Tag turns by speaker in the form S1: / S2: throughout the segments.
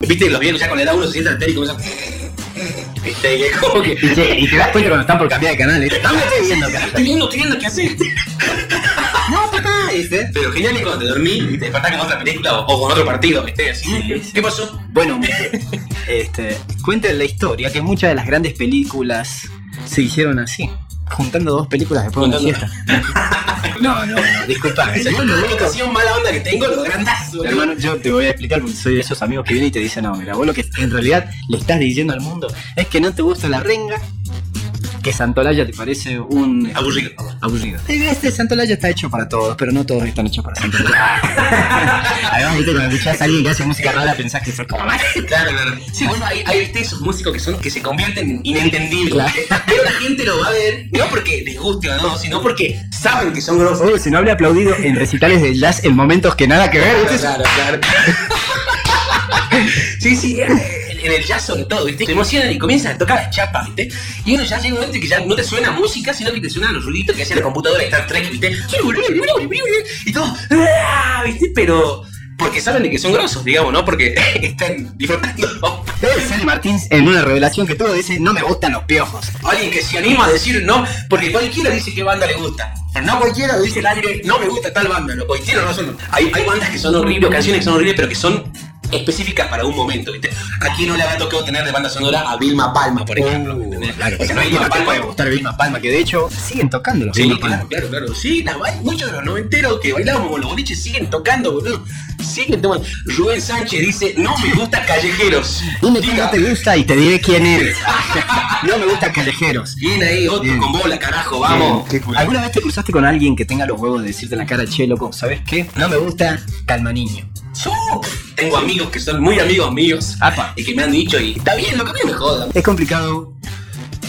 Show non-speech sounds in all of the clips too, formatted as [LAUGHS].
S1: Viste, los viejos ya con la edad uno se siente altérico, y comienza- Viste, y es como que.
S2: Y te, y te das cuenta cuando están por cambiar de canal, ¿eh? Estamos viendo acá.
S1: Estoy viendo, estoy viendo qué haces.
S2: [LAUGHS] No, [LAUGHS] papá, ¿viste?
S1: Pero genial es cuando te dormí y te despertás con otra película o, o con otro partido, viste, así. ¿Qué pasó?
S2: Bueno, este, cuenta la historia que muchas de las grandes películas se hicieron así, juntando dos películas después de una
S1: Juntando-
S2: fiesta. [LAUGHS] No, no, no, [LAUGHS] disculpa.
S1: Esa es la comunicación mala onda que tengo, lo grandazo. boludo.
S2: Hermano, yo te voy a explicar porque soy de esos amigos que vienen y te dicen, no, mira, vos lo que en realidad le estás diciendo al mundo es que no te gusta la renga, que Santolaya te parece un
S1: Aburrido.
S2: aburrido. Este Santolaya está hecho para todos, pero no todos están hechos para [LAUGHS] Santolaya. Además, viste, cuando escuchás a alguien que hace música rara pensás que fue como más.
S1: Claro, claro. Sí, bueno, hay, hay viste, esos músicos que son que se convierten en inentendibles. Pero la gente lo va a ver, no porque les guste o no, sino porque saben que son grosos.
S2: Oh, si no habría aplaudido en recitales de jazz en momentos que nada que ver. ¿viste?
S1: Claro, claro. [LAUGHS] sí, sí, eh, en el jazz sobre todo, ¿viste? Te emocionan y comienzan a tocar las chapas, ¿viste? Y uno ya llega un momento que ya no te suena música, sino que te suenan los rulitos que hacía la computadora de Star Trek, ¿viste? Y todo, ¡ah! ¿viste? Pero porque saben de que son grosos, digamos, ¿no? Porque [LAUGHS] están disfrutando.
S2: Debe ser Martín en una revelación que todo dice, no me gustan los piojos.
S1: Alguien que se anima a decir no, porque cualquiera dice qué banda le gusta. Pero no cualquiera dice el aire, no me gusta tal banda, loco. Y tiene razón. Hay, hay bandas que son horribles, canciones que son horribles, pero que son específicas para un momento, ¿viste? Aquí no le ha tocado tener de banda sonora a Vilma Palma, por ejemplo. ¿entendés?
S2: Uh, Claro,
S1: O sea, no hay Vilma
S2: te puede
S1: Palma.
S2: gustar Vilma Palma, que de hecho siguen tocando los
S1: Sí,
S2: Vilma
S1: claro,
S2: Palma.
S1: claro, claro. Sí, la ba- muchos de los noventeros que bailábamos con los boliches siguen tocando, boludo. Siguen tomando. Rubén Sánchez dice, no me gusta callejeros.
S2: Dime quién
S1: Diga,
S2: no te gusta y te diré quién eres. [LAUGHS] no me gustan callejeros.
S1: Bien ahí, otro
S2: Bien.
S1: con bola, carajo, vamos.
S2: Eh, ¿Alguna vez te cruzaste con alguien que tenga los huevos de decirte en la cara, che, loco, ¿sabes qué? No me gusta calma niño.
S1: Yo tengo amigos que son muy amigos míos
S2: Apa.
S1: y que me han dicho y está bien, lo que a mí no me jodan.
S2: Es complicado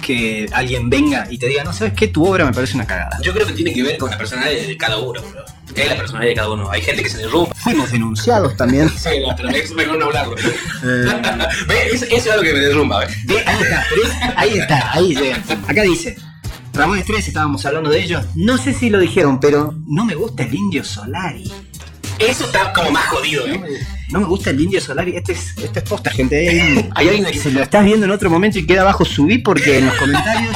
S2: que alguien venga y te diga, no, ¿sabes qué? Tu obra me parece una cagada.
S1: Yo creo que tiene que ver con la personalidad de cada uno, bro. Es la personalidad de cada uno. Hay gente que se derrumba.
S2: Fuimos denunciados también.
S1: Sí, no, pero es mejor no hablarlo. [LAUGHS] Eh, Ve, Eso, eso es algo que me derrumba, ¿ves?
S2: Ve, Ahí está, ¿ves? ahí está, ahí llega. Acá dice, Ramón Estrés, estábamos hablando de ellos. No sé si lo dijeron, pero no me gusta el indio Solari.
S1: Eso está como más jodido,
S2: No
S1: ¿eh?
S2: me- No me gusta el indio Solari. Este es, este es posta, gente. Hay-
S1: Hay alguien que
S2: Si lo estás viendo en otro momento y queda abajo, subí porque en los
S1: [LAUGHS]
S2: comentarios.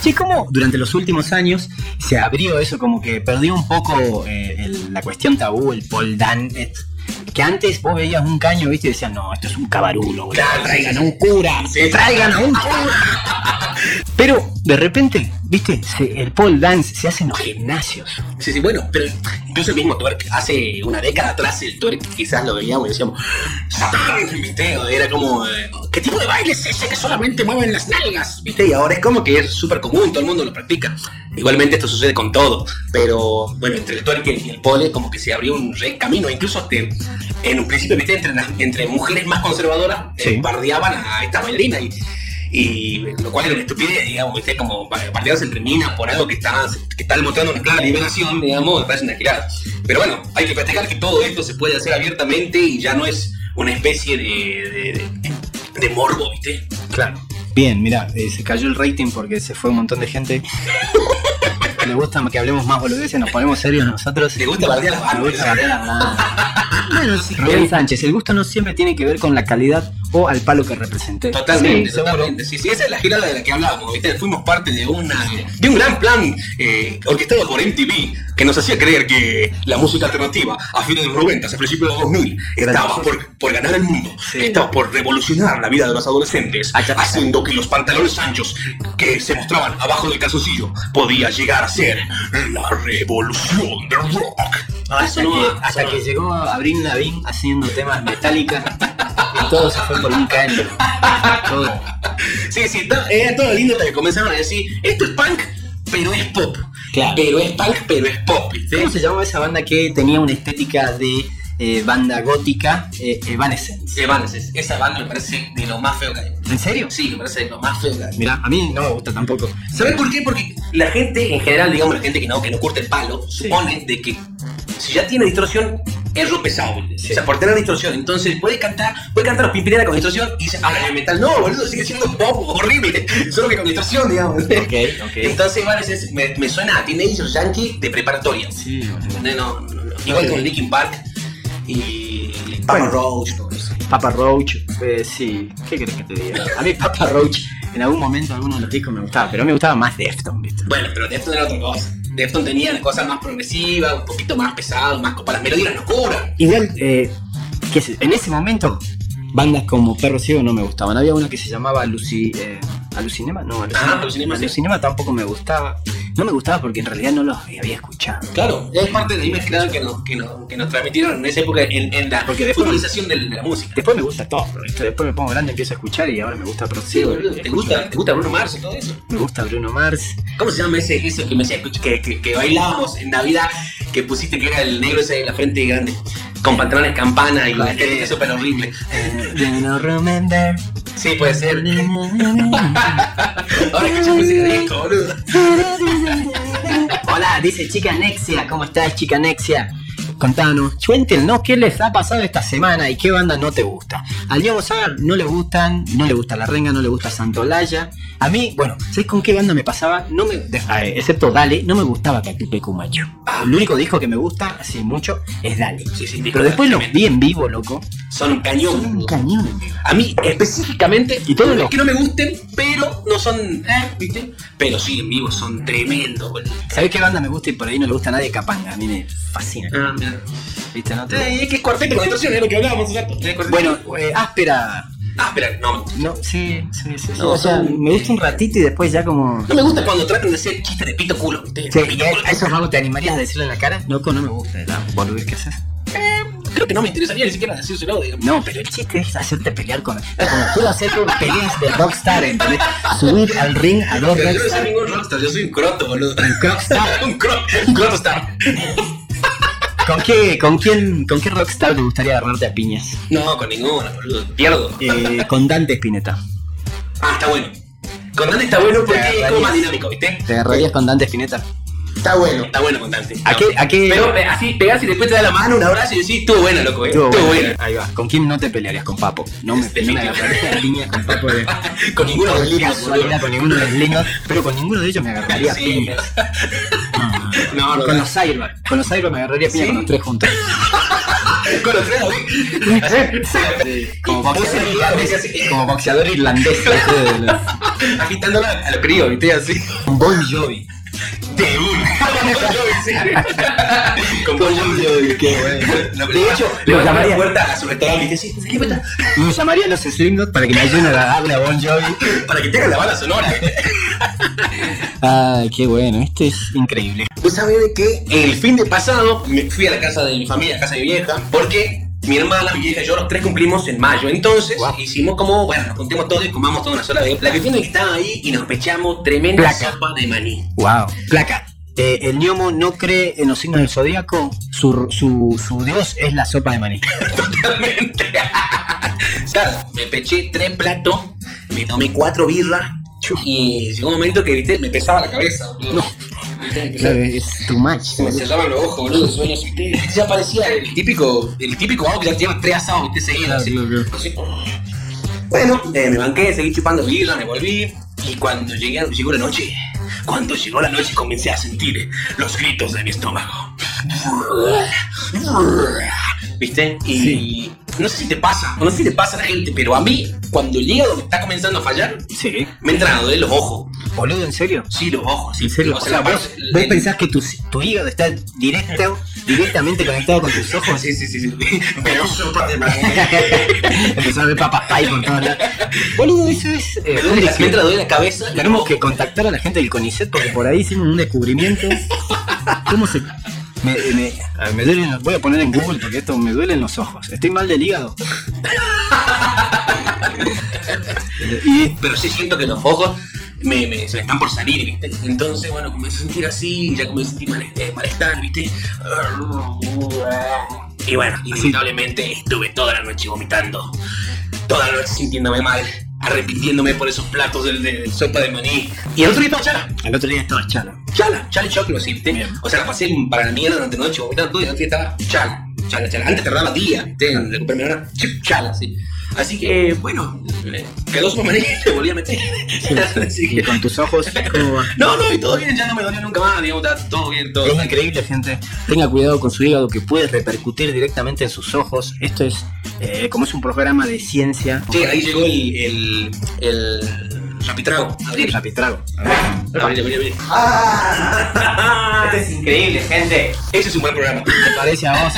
S2: Sí, como durante los últimos años se abrió eso, como que perdió un poco eh, el- la cuestión tabú, el pole dance. Que antes vos veías un caño, viste, y decían, no, esto es un cabarulo, boludo,
S1: Claro,
S2: traigan a un cura,
S1: Sí. [LAUGHS]
S2: traigan a un cura. Pero de repente, viste, se- el pole dance se hace en los gimnasios.
S1: Sí, sí, bueno, pero incluso el mismo twerk, hace una década atrás el twerk quizás lo veíamos y decíamos, "Satán", ¿viste? O Era como, eh, ¿qué tipo de baile es ese que solamente mueven las nalgas? ¿Viste? Y ahora es como que es súper común, todo el mundo lo practica. Igualmente esto sucede con todo, pero bueno, entre el twerk y el pole como que se abrió un re camino, incluso este, en un principio, ¿viste? Entre, las- entre mujeres más conservadoras eh,
S2: Sí.
S1: bardeaban a esta bailarina y... Y lo cual era una estupidez, digamos, ¿viste? Como pa- partidarse entre minas por algo que está, que está demostrando una clara liberación, digamos, me parece una girada. Pero bueno, hay que festejar que todo esto se puede hacer abiertamente y ya no es una especie de, de, de- de morbo, ¿viste?
S2: Claro. Bien, mira, se cayó el rating porque se fue un montón de gente. [LAUGHS] Le gusta que hablemos más boludeces, nos ponemos serios nosotros.
S1: Le gusta bardear las bandas.
S2: Le gusta bardear las bandas. Bueno, sí. Rubén Sánchez, el gusto no siempre tiene que ver con la calidad o al palo que representé.
S1: Totalmente,
S2: Sí,
S1: totalmente. Sí, sí, esa es la girada de la que hablábamos, ¿viste? Fuimos parte de una de un gran plan eh, orquestado por MTV que nos hacía creer que la música alternativa a fines de los 90, a principios de los 2000, estaba por, por ganar el mundo, estaba por revolucionar la vida de los adolescentes,
S2: Acá-
S1: haciendo que los pantalones anchos que se mostraban abajo del calzoncillo podía llegar a ser la revolución del rock.
S2: Hasta,
S1: Eso no
S2: que,
S1: va,
S2: hasta
S1: eso no
S2: que llegó Abril Lavigne haciendo temas metálicas y todo se fue por un caño. Todo.
S1: Sí, sí, to- era todo lindo hasta que comenzaron a decir, esto es punk, pero es pop.
S2: Claro.
S1: Pero es punk, pero es pop, ¿viste?
S2: ¿Cómo se llamaba esa banda que tenía una estética de eh, banda gótica? Eh, Evanescence.
S1: Evanescence, esa banda me parece de lo más feo que hay.
S2: ¿En serio?
S1: Sí, me parece de lo más feo que hay.
S2: Mira, a mí no me gusta tampoco.
S1: ¿Sabes por qué? Porque la gente, en general, digamos, la gente que no, que no curte el palo, supone de que si ya tiene distorsión, es rock pesado. boludo.
S2: Sí.
S1: O sea, por tener distorsión. Entonces, puede cantar, puede cantar los Pimpinela con distorsión y dice, ah, el metal no, boludo, sigue siendo pop horrible. [LAUGHS] Solo que con distorsión, digamos.
S2: Ok, ok.
S1: Entonces, Evanescence me, me suena a Teenage Yankee de preparatoria.
S2: Sí,
S1: Este, No, no, no, no. Igual con Linkin Park y Papa
S2: Bueno.
S1: Roach, todo eso.
S2: Papa Roach, eh, sí, ¿qué crees que te diga? A mí Papa Roach en algún momento alguno de los discos me gustaba, pero me gustaba más Defton, ¿viste?
S1: Bueno, pero Defton era otra cosa. Defton tenía cosas más progresivas, un poquito más pesado, más copadas. Melodías locuras.
S2: Igual, eh, qué sé- en ese momento, bandas como Perro Ciego no me gustaban. Había una que se llamaba Lucy, eh, ¿Alucinema? No, Alucinema.
S1: Ah, Alucinema, sí.
S2: Alucinema tampoco me gustaba. No me gustaba porque en realidad no los había escuchado.
S1: Claro, es parte de la mezclada que nos, que, nos, que nos transmitieron en esa época en, en la
S2: Porque después-
S1: futbolización del- de la música.
S2: Después me gusta todo, ¿viste? después me pongo grande, empiezo a escuchar y ahora me gusta Perro
S1: Sí,
S2: Ciego.
S1: boludo, ¿te
S2: Escucho-
S1: gusta, ¿Te gusta Bruno Mars y todo eso?
S2: Me gusta Bruno Mars.
S1: ¿Cómo se llama ese eso que me hacía escuchar- que, que, que bailábamos en Navidad? Que pusiste que era el negro ese de la frente grande, con pantalones campana y la gente eso súper horrible.
S2: Bruno Remember.
S1: Sí, puede ser. Ahora escucho música de disco, boludo.
S2: Hola, dice Chica Nexia. ¿Cómo estás, Chica Nexia? Contanos, cuéntenos qué les ha pasado esta semana y qué banda no te gusta. Al Diego Sagar no le gustan, no le gusta La Renga, no le gusta Santolaya. A mí, bueno, ¿sabes con qué banda me pasaba? No me, de- a ver, excepto Dale, no me gustaba Caquipecu Macho. El único disco que me gusta, así mucho, es Dale.
S1: Sí, sí, disco
S2: Pero después los
S1: tremendo.
S2: vi en vivo, loco.
S1: Son un cañón.
S2: Son un
S1: boludo.
S2: cañón en vivo.
S1: A mí específicamente,
S2: Y todo
S1: no es
S2: lo-
S1: que no me gusten, pero no son, eh, ¿viste? Pero sí, en vivo son tremendos, boludo.
S2: ¿Sabés qué banda me gusta y por ahí no le gusta a nadie? Capanga, a mí me fascina.
S1: Ah, mira.
S2: ¿Viste? No te-
S1: Eh, es que es cuarteto con distorsión, es lo que hablábamos hace rato.
S2: Bueno, eh, áspera.
S1: Ah, espera, no me gusta.
S2: No, sí, sí, sí. sí.
S1: No,
S2: o sea,
S1: son-
S2: me gusta un ratito y después ya como.
S1: No me gusta cuando tratan de hacer chistes de pito culo, ¿viste?
S2: Sí,
S1: Pito
S2: ¿y a-
S1: culo.
S2: a eso no te animarías a decirle en la cara? Loco, no me gusta, ¿verdad? Boludez que haces.
S1: Eh, creo que no me interesaría ni siquiera decírselo, digamos.
S2: No, pero el chiste es hacerte pelear con. Como quiero hacer con peleas de Rockstar, ¿entendés? Subir al ring a dos
S1: Pero yo no soy
S2: Rockstar.
S1: ningún rockstar, yo soy un croto, boludo. Un crockstar. [LAUGHS] un, cro un crotostar.
S2: ¿Con qué, con, quién, ¿Con qué Rockstar te gustaría agarrarte a piñas?
S1: No, con ninguno, boludo. Pierdo.
S2: Eh, con Dante Spinetta.
S1: Ah, está bueno. Con Dante está bueno porque
S2: Te
S1: es como más
S2: agarrarías.
S1: dinámico, ¿viste?
S2: ¿Te agarrarías con Dante Spinetta?
S1: Está bueno. Está bueno con Dante.
S2: ¿A qué- a qué-
S1: Pero eh, así pegás y después te da la mano, un abrazo y decís, estuvo bueno, loco, eh. Estuvo, bueno.
S2: Ahí va. ¿Con quién no te pelearías? Con Papo. No me
S1: Es
S2: no
S1: [LAUGHS]
S2: me
S1: definitivo.
S2: agarraría a piñas con Papo de.
S1: [LAUGHS] Con ninguno de los
S2: Por
S1: líneas, boludo.
S2: casualidad, con ninguno de los Lennox, pero con ninguno de ellos me agarraría
S1: Sí.
S2: piña.
S1: [LAUGHS] No, no,
S2: Con
S1: no.
S2: los Cyber, con los Cyber me agarraría piña
S1: ¿Sí?
S2: con los
S1: [LAUGHS]
S2: tres juntos.
S1: Con los tres, güey.
S2: Como boxeador,
S1: Así.
S2: como boxeador irlandés. ese de los-
S1: Agitándola a lo crío, ¿viste?
S2: [LAUGHS]
S1: Así.
S2: Con Bon Jovi.
S1: De una. Con Bon Jovi, sí. Con Bon Jovi.
S2: qué bueno.
S1: No, De hecho,
S2: Lo
S1: le va a
S2: llamaría.
S1: la puerta a su restaurante y dice, sí, ¿qué pasa?
S2: Me llamaría a los Slipknot para que me ayuden a darle a Bon
S1: [LAUGHS]
S2: Jovi.
S1: Para que tenga la bala sonora.
S2: Ay, qué bueno, este es increíble.
S1: Vos sabés Pues, de que el fin de pasado me fui a la casa de mi familia, a casa de mi vieja, porque mi hermana, mi vieja y yo los tres cumplimos en mayo. Entonces
S2: Guau.
S1: hicimos como, bueno, nos juntemos todos y comamos toda una sola vez. La cuestión es que estaba ahí y nos pechamos tremenda
S2: Placa.
S1: sopa de maní. [LAUGHS]
S2: Wow. Placa. Eh, el gnomo no cree en los signos del zodíaco. Su, su, su dios es la sopa de maní.
S1: Totalmente. claro, me peché tres platos, me tomé cuatro birras y llegó un momento que, viste, me pesaba la cabeza. boludo. Viste, me pesaba.
S2: [LAUGHS] Claro, es too much.
S1: Se me cerraban los ojos, boludo, sueños. [LAUGHS] Ya parecía el típico, el típico vago que ya lleva tres asados, viste, seguidos. así.
S2: Claro, claro.
S1: Así. Bueno, eh, me banqué, seguí chupando birra, me volví. Y cuando llegué, llegó la noche, cuando llegó la noche comencé a sentir eh, los gritos de mi estómago. ¿Viste? Y no sé si te pasa, no sé si te pasa a la gente, pero a mí, cuando llega donde está comenzando a fallar,
S2: Sí.
S1: me entran a doler los ojos.
S2: Boludo, ¿en serio?
S1: Sí, los ojos, sí.
S2: ¿En serio?
S1: O
S2: O
S1: sea,
S2: sea,
S1: la
S2: vos,
S1: parte-
S2: vos
S1: el-
S2: pensás que tu, tu hígado está directo, directamente conectado con tus ojos.
S1: Sí, sí, sí, sí. [LAUGHS] Pero sopa de maní.
S2: Empezó a ver papas pie por todos lados. Boludo, eso es. eh,
S1: Me
S2: un
S1: duele la-
S2: descu-
S1: me entra doy la cabeza.
S2: Tenemos que contactar a la gente del CONICET porque por ahí hicimos un descubrimiento. ¿Cómo se.? Me, me- a ver, me duelen los- voy a poner en Google porque esto me duelen los ojos. Estoy mal del hígado.
S1: Pero sí siento que los ojos me, me- se me están por salir, ¿viste? Entonces, bueno, comencé a sentir así, ya comencé a sentir mal- eh, malestar, ¿viste? Y bueno, inevitablemente estuve toda la noche vomitando, toda la noche sintiéndome mal, arrepintiéndome por esos platos del- de, de sopa de maní. Y el otro día estaba chala,
S2: Al otro día estaba chala.
S1: chala, chala y choclo, ¿sí? ¿viste?
S2: Bien.
S1: O sea, la pasé para la mierda durante la noche vomitando todo y el otro día estaba chala. chala, chala. Antes tardaba días ¿viste? en recuperarme ahora, chip, chala, sí. Así que, bueno, le quedó su manera y [LAUGHS] le volví a meter. Así
S2: Y
S1: que-
S2: con tus ojos, ¿cómo va?
S1: no, no, y todo bien, ya no me dolió nunca más, digamos, está todo bien, todo
S2: Es increíble, gente. Tenga cuidado con su hígado que puede repercutir directamente en sus ojos. Esto es, eh, como es un programa de ciencia.
S1: Sí, ahí llegó el, el, el rapitrago. Abrir.
S2: Rapitrago. Ah.
S1: Abrir, abrir, abrir.
S2: Esto es increíble, gente.
S1: Ese es un buen programa.
S2: ¿Te parece a vos?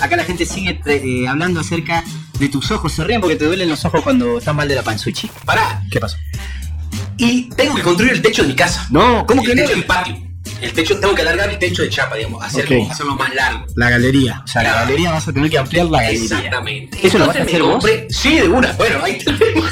S2: Acá la gente sigue eh, hablando acerca de tus ojos. Se ríen porque te duelen los ojos cuando estás mal de la panzuchi.
S1: Pará,
S2: ¿Qué pasó?
S1: y tengo que construir el techo de mi casa.
S2: No, ¿cómo que
S1: el
S2: no?
S1: techo del patio. El techo, tengo que alargar el techo de chapa, digamos, hacerlo,
S2: Ok.
S1: hacerlo más largo.
S2: La galería. O sea, la galería vas a tener que ampliar la galería.
S1: Exactamente.
S2: ¿Eso lo vas a
S1: Entonces
S2: hacer
S1: me
S2: vos?
S1: compré- Sí, de una. Bueno, ahí está el tema.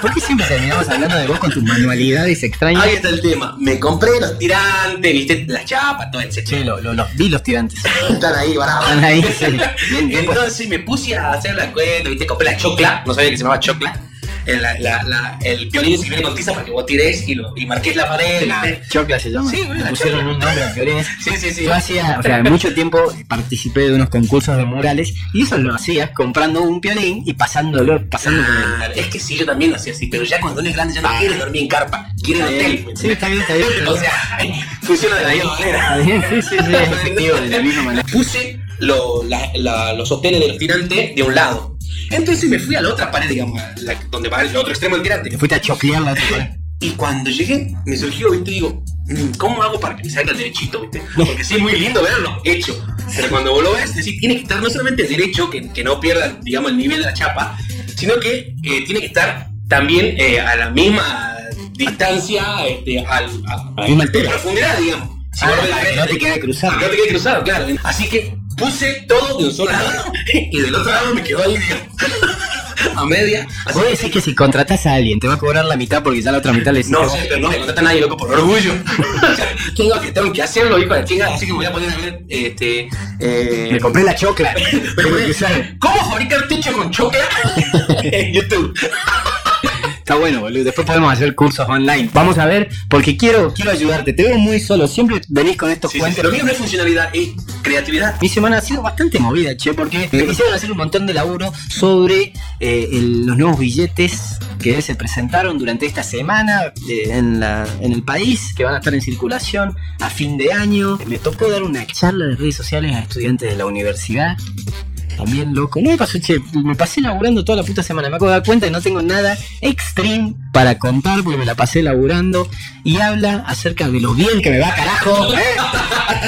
S2: ¿Por qué siempre terminamos hablando de vos con tus manualidades extrañas?
S1: Ahí está el tema. Me compré los tirantes, viste, las chapas, todo, etc.
S2: Che, lo- lo- los vi los tirantes.
S1: Están ahí, barato.
S2: Están ahí, sí. Bien, bien
S1: [LAUGHS]
S2: puesto.
S1: Entonces me puse a hacer la cuenta, viste, compré la chocla, no sabía que se llamaba chocla. El, la, la- la- el violín se viene con tiza para que vos tirés y, lo, y marqués la pared. ¿viste?
S2: La chocla se llama.
S1: Sí, bueno,
S2: Le
S1: la
S2: pusieron
S1: chocla.
S2: un nombre a Fiorines.
S1: Sí, sí, sí.
S2: Yo hacía, o sea, mucho tiempo participé de unos concursos de murales y eso lo hacías comprando un piolín y pasándolo, pasando con el.
S1: Claro, Es que sí, yo también lo hacía así, pero ya cuando uno es grande ya no quiere dormir en carpa, quiere hotel. ¿me
S2: Ah. Sí,
S1: entendés?
S2: está bien, está bien.
S1: O sea, funciona de la misma manera.
S2: Está bien, sí,
S1: [LAUGHS]
S2: sí, sí, es efectivo, de la misma manera.
S1: Puse lo- la- la- los sostenes de los tirantes de un lado. Entonces me fui a la otra pared, digamos, a la- donde va el otro extremo del tirante.
S2: Te fuiste a choclear la otra vez.
S1: Y cuando llegué, me surgió, viste, digo, mm, ¿cómo hago para que me salga el derechito, viste? Porque sí, es muy lindo verlo hecho. Pero cuando vos lo ves, decís, tiene que estar no solamente el derecho, que, que no pierda, digamos, el nivel de la chapa, sino que eh, tiene que estar también eh, a la misma distancia, este, al, a,
S2: A la misma altura.
S1: profundidad, digamos. Si
S2: Ah,
S1: vos ves la
S2: para que
S1: red,
S2: no te quede cruzado.
S1: No te quede cruzado, claro. Así que puse todo de un solo
S2: [LAUGHS]
S1: lado y del otro lado me quedó ahí, digamos, [LAUGHS] a media. Así
S2: Vos decís que si contratás a alguien te va a cobrar la mitad porque ya la otra mitad le decís.
S1: no,
S2: que
S1: sí,
S2: vos-
S1: pero no me contrata nadie loco por
S2: [LAUGHS]
S1: orgullo. [LAUGHS] tengo que tengo que hacerlo, hijo de la chinga, así que me voy a poner a ver este eh,
S2: Me compré la
S1: [LAUGHS]
S2: chocla.
S1: me
S2: Tengo
S1: voy a-
S2: que usar.
S1: ¿Cómo fabricar techo con chocla? [LAUGHS] en YouTube.
S2: Está bueno, boludo. Después podemos hacer cursos online. Vamos a ver, porque quiero, quiero ayudarte. Te veo muy solo. Siempre venís con estos
S1: Sí, sí,
S2: cuentos.
S1: sí, Lo mío no es funcionalidad, es creatividad.
S2: Mi semana ha sido bastante movida, che, porque me quisieron hacer un montón de laburo sobre eh, el- los nuevos billetes que se presentaron durante esta semana eh, en, la- en el país, que van a estar en circulación a fin de año. Me tocó dar una charla de redes sociales a estudiantes de la universidad. También loco. No me pasó, che, me pasé laburando toda la puta semana. Me acabo de dar cuenta que no tengo nada extreme para contar porque me la pasé laburando. Y habla acerca de lo bien que me va, carajo. ¿eh?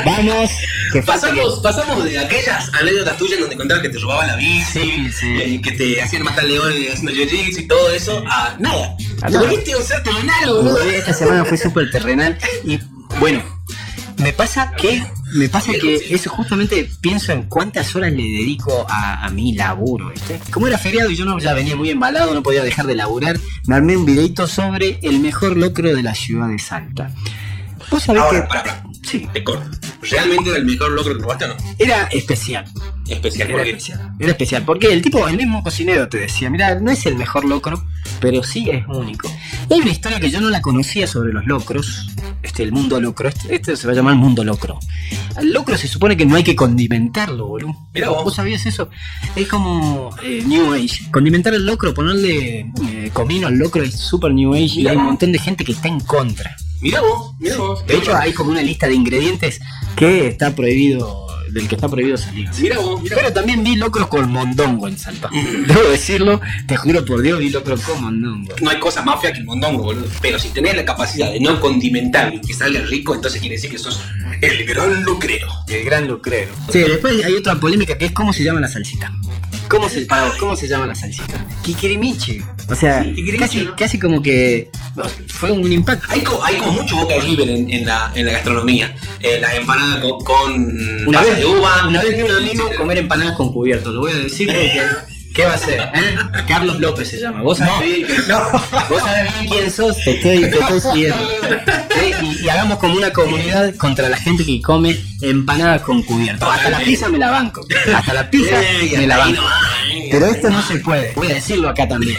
S2: Vamos. que fue-
S1: Pasamos, pasamos de aquellas anécdotas tuyas donde contabas que te robaban la bici,
S2: Sí, sí.
S1: eh, que te hacían matar leones haciendo jiu-jitsu y todo eso, a nada.
S2: A
S1: Te
S2: nada.
S1: volviste un ser terrenal,
S2: Como
S1: boludo.
S2: ve, Esta semana fue súper terrenal y bueno, me pasa que me pasa que eso justamente pienso en cuántas horas le dedico a, a mi laburo, ¿viste? Como era feriado y yo no ya venía muy embalado, no podía dejar de laburar, me armé un videito sobre el mejor locro de la ciudad de Salta. Vos sabés
S1: Ahora,
S2: que
S1: pará, pará.
S2: sí,
S1: Te corto. ¿Realmente era el mejor logro que robaste o no?
S2: era especial.
S1: Especial,
S2: Era
S1: porque-
S2: especial. Era especial, porque el tipo, el mismo cocinero te decía, mira, no es el mejor locro, pero sí es único. Y hay una historia que yo no la conocía sobre los locros, este, el mundo locro, este, este se va a llamar mundo locro. Al locro se supone que no hay que condimentarlo, boludo.
S1: Mirá vos.
S2: sabías eso? Es como eh, New Age. Condimentar el locro, ponerle eh, comino al locro es super New Age y
S1: Mirá
S2: hay un
S1: vos.
S2: montón de gente que está en contra.
S1: Mirá vos, mirá vos.
S2: De hecho, hay como una lista de ingredientes que está prohibido, del que está prohibido salir.
S1: Mira vos, mira vos.
S2: Pero también vi locros con mondongo en Salta. Debo decirlo, te juro por Dios, vi locros con mondongo.
S1: No hay cosa más fea que el mondongo, boludo. Pero si tenés la capacidad de no condimentar y que salga rico, entonces quiere decir que sos el gran lucrero.
S2: El gran lucrero. Sí, después hay otra polémica que es cómo se llama la salsita. ¿Cómo se, para vos, ¿cómo se llama la salsita? Kikirimichi. O sea,
S1: Sí, kikirimichi,
S2: casi,
S1: ¿no?
S2: casi como que no, fue un impacto.
S1: Hay, co- hay como mucho boca river en, en la, en la gastronomía. Eh, las empanadas con, con
S2: Una
S1: pasas
S2: vez,
S1: de uva.
S2: una vez vi un limo comer empanadas con cubierto, lo voy a decir porque... ¿Qué va a ser? eh? Carlos López se llama. ¿Vos sabés, bien- ¿Vos sabés bien quién sos? Te estoy, te [LAUGHS] estoy siguiendo. Eh, Y, y hagamos como una comunidad contra la gente que come empanadas con cubierto. Hasta la pizza me la banco. Hasta la pizza
S1: Eh, y
S2: me la
S1: hasta ahí
S2: banco.
S1: no va, eh.
S2: Pero esto no se puede. Voy a decirlo acá también.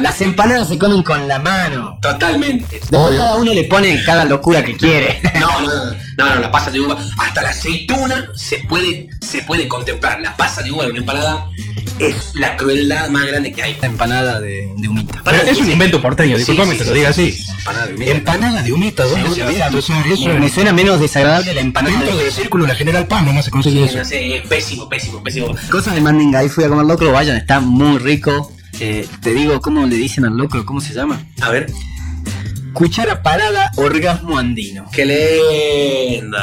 S2: Las empanadas se comen con la mano.
S1: Totalmente.
S2: Después cada uno le pone cada locura que quiere.
S1: No, no, no, no, no, la pasa de uva. Hasta la aceituna se puede, se puede contemplar. La pasa de uva en una empanada es la crueldad más grande que hay.
S2: La empanada de, de humita.
S3: Pero es un invento porteño,
S1: Sí,
S3: disculpame
S1: sí,
S3: que
S1: sí,
S3: lo diga
S1: sí,
S3: así.
S1: sí, Empanada de humita.
S2: Empanada de humita,
S1: Sí,
S2: ¿dónde se
S1: sí,
S2: ve?
S3: o sea, eso
S2: Me,
S3: es-
S2: me suena menos desagradable la empanada.
S3: Dentro del círculo la General Paz nomás se consigue
S1: No
S3: eso.
S1: sé, es pésimo, pésimo, pésimo.
S2: Cosas de mandinga, ahí fui a comer locro, vayan, está muy rico. Eh, te digo, ¿cómo le dicen al locro? ¿Cómo se llama?
S1: A ver,
S2: Cuchara parada, orgasmo andino.
S1: qué lindo.